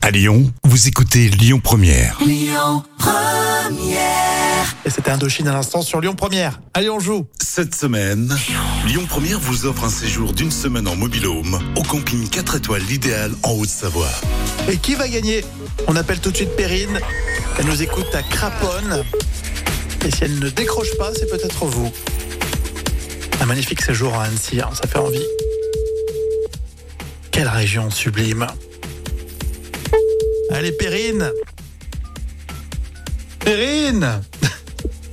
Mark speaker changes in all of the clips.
Speaker 1: À Lyon, vous écoutez Lyon Première.
Speaker 2: Et c'était Indochine à l'instant sur Lyon Première. Allez, on joue.
Speaker 1: Cette semaine, Lyon Première vous offre un séjour d'une semaine en mobile home au camping 4 étoiles l'idéal en Haute-Savoie.
Speaker 2: Et qui va gagner On appelle tout de suite Perrine. Elle nous écoute à Craponne. Et si elle ne décroche pas, c'est peut-être vous. Un magnifique séjour à Annecy, hein, ça fait envie. Quelle région sublime. Allez, Perrine. Perrine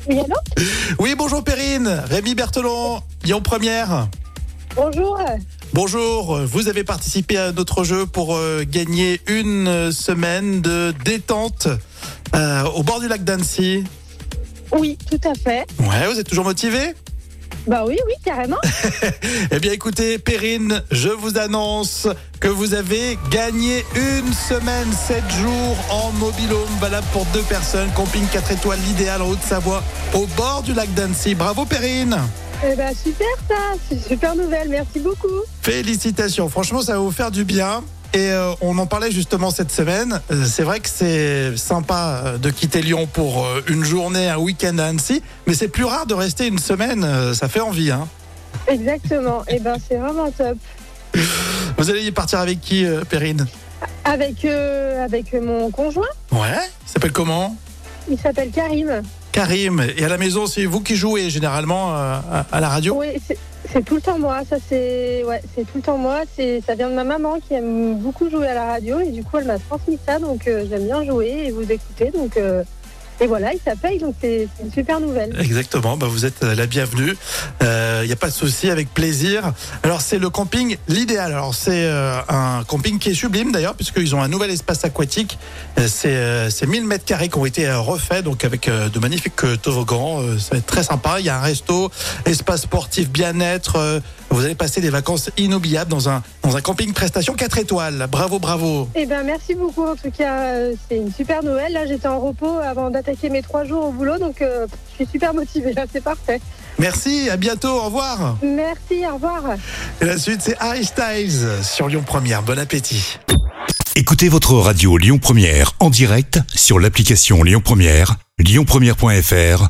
Speaker 3: Oui, allô
Speaker 2: Oui, bonjour Perrine. Rémi Berthelon, Lyon Première.
Speaker 3: Bonjour.
Speaker 2: Bonjour, vous avez participé à notre jeu pour euh, gagner une euh, semaine de détente euh, au bord du lac d'Annecy.
Speaker 3: Oui, tout à fait.
Speaker 2: Ouais, vous êtes toujours motivé
Speaker 3: Bah oui, oui, carrément.
Speaker 2: Eh bien écoutez, Perrine, je vous annonce que vous avez gagné une semaine, 7 jours en mobilhome, valable pour deux personnes, camping 4 étoiles, l'idéal en Haute-Savoie, au bord du lac d'Annecy. Bravo Perrine
Speaker 3: eh ben super ça, c'est une super nouvelle, merci beaucoup.
Speaker 2: Félicitations, franchement ça va vous faire du bien. Et euh, on en parlait justement cette semaine. Euh, c'est vrai que c'est sympa euh, de quitter Lyon pour euh, une journée, un week-end à Annecy, mais c'est plus rare de rester une semaine, euh, ça fait envie. Hein.
Speaker 3: Exactement, eh ben c'est vraiment top.
Speaker 2: Vous allez y partir avec qui, euh, Perrine
Speaker 3: Avec euh, avec mon conjoint,
Speaker 2: Ouais, il s'appelle comment
Speaker 3: il s'appelle Karim.
Speaker 2: Karim. Et à la maison, c'est vous qui jouez généralement euh, à, à la radio
Speaker 3: Oui, c'est- c'est tout le temps moi, ça c'est ouais, c'est tout le temps moi, c'est ça vient de ma maman qui aime beaucoup jouer à la radio et du coup elle m'a transmis ça donc euh, j'aime bien jouer et vous écouter donc euh, et voilà, il s'appelle donc c'est c'est une super nouvelle.
Speaker 2: Exactement, bah, vous êtes euh, la bienvenue. Il n'y a pas de souci, avec plaisir. Alors c'est le camping l'idéal. Alors c'est euh, un camping qui est sublime d'ailleurs puisqu'ils ont un nouvel espace aquatique. Euh, C'est euh, c'est 1000 mètres carrés qui ont été euh, refaits donc avec euh, de magnifiques euh, toboggans. Euh, ça va être très sympa. Il y a un resto, espace sportif, bien-être. Euh, vous allez passer des vacances inoubliables dans un dans un camping prestation 4 étoiles. Bravo, bravo.
Speaker 3: Eh ben merci beaucoup en tout cas, euh, c'est une super Noël. Là j'étais en repos avant d'attaquer mes trois jours au boulot, donc euh, je suis super motivée là, c'est parfait.
Speaker 2: Merci, à bientôt, au revoir.
Speaker 3: Merci, au revoir.
Speaker 2: Et la suite, c'est Harry Styles sur Lyon Première. Bon appétit.
Speaker 1: Écoutez votre radio Lyon Première en direct sur l'application Lyon Première, lyonpremière.fr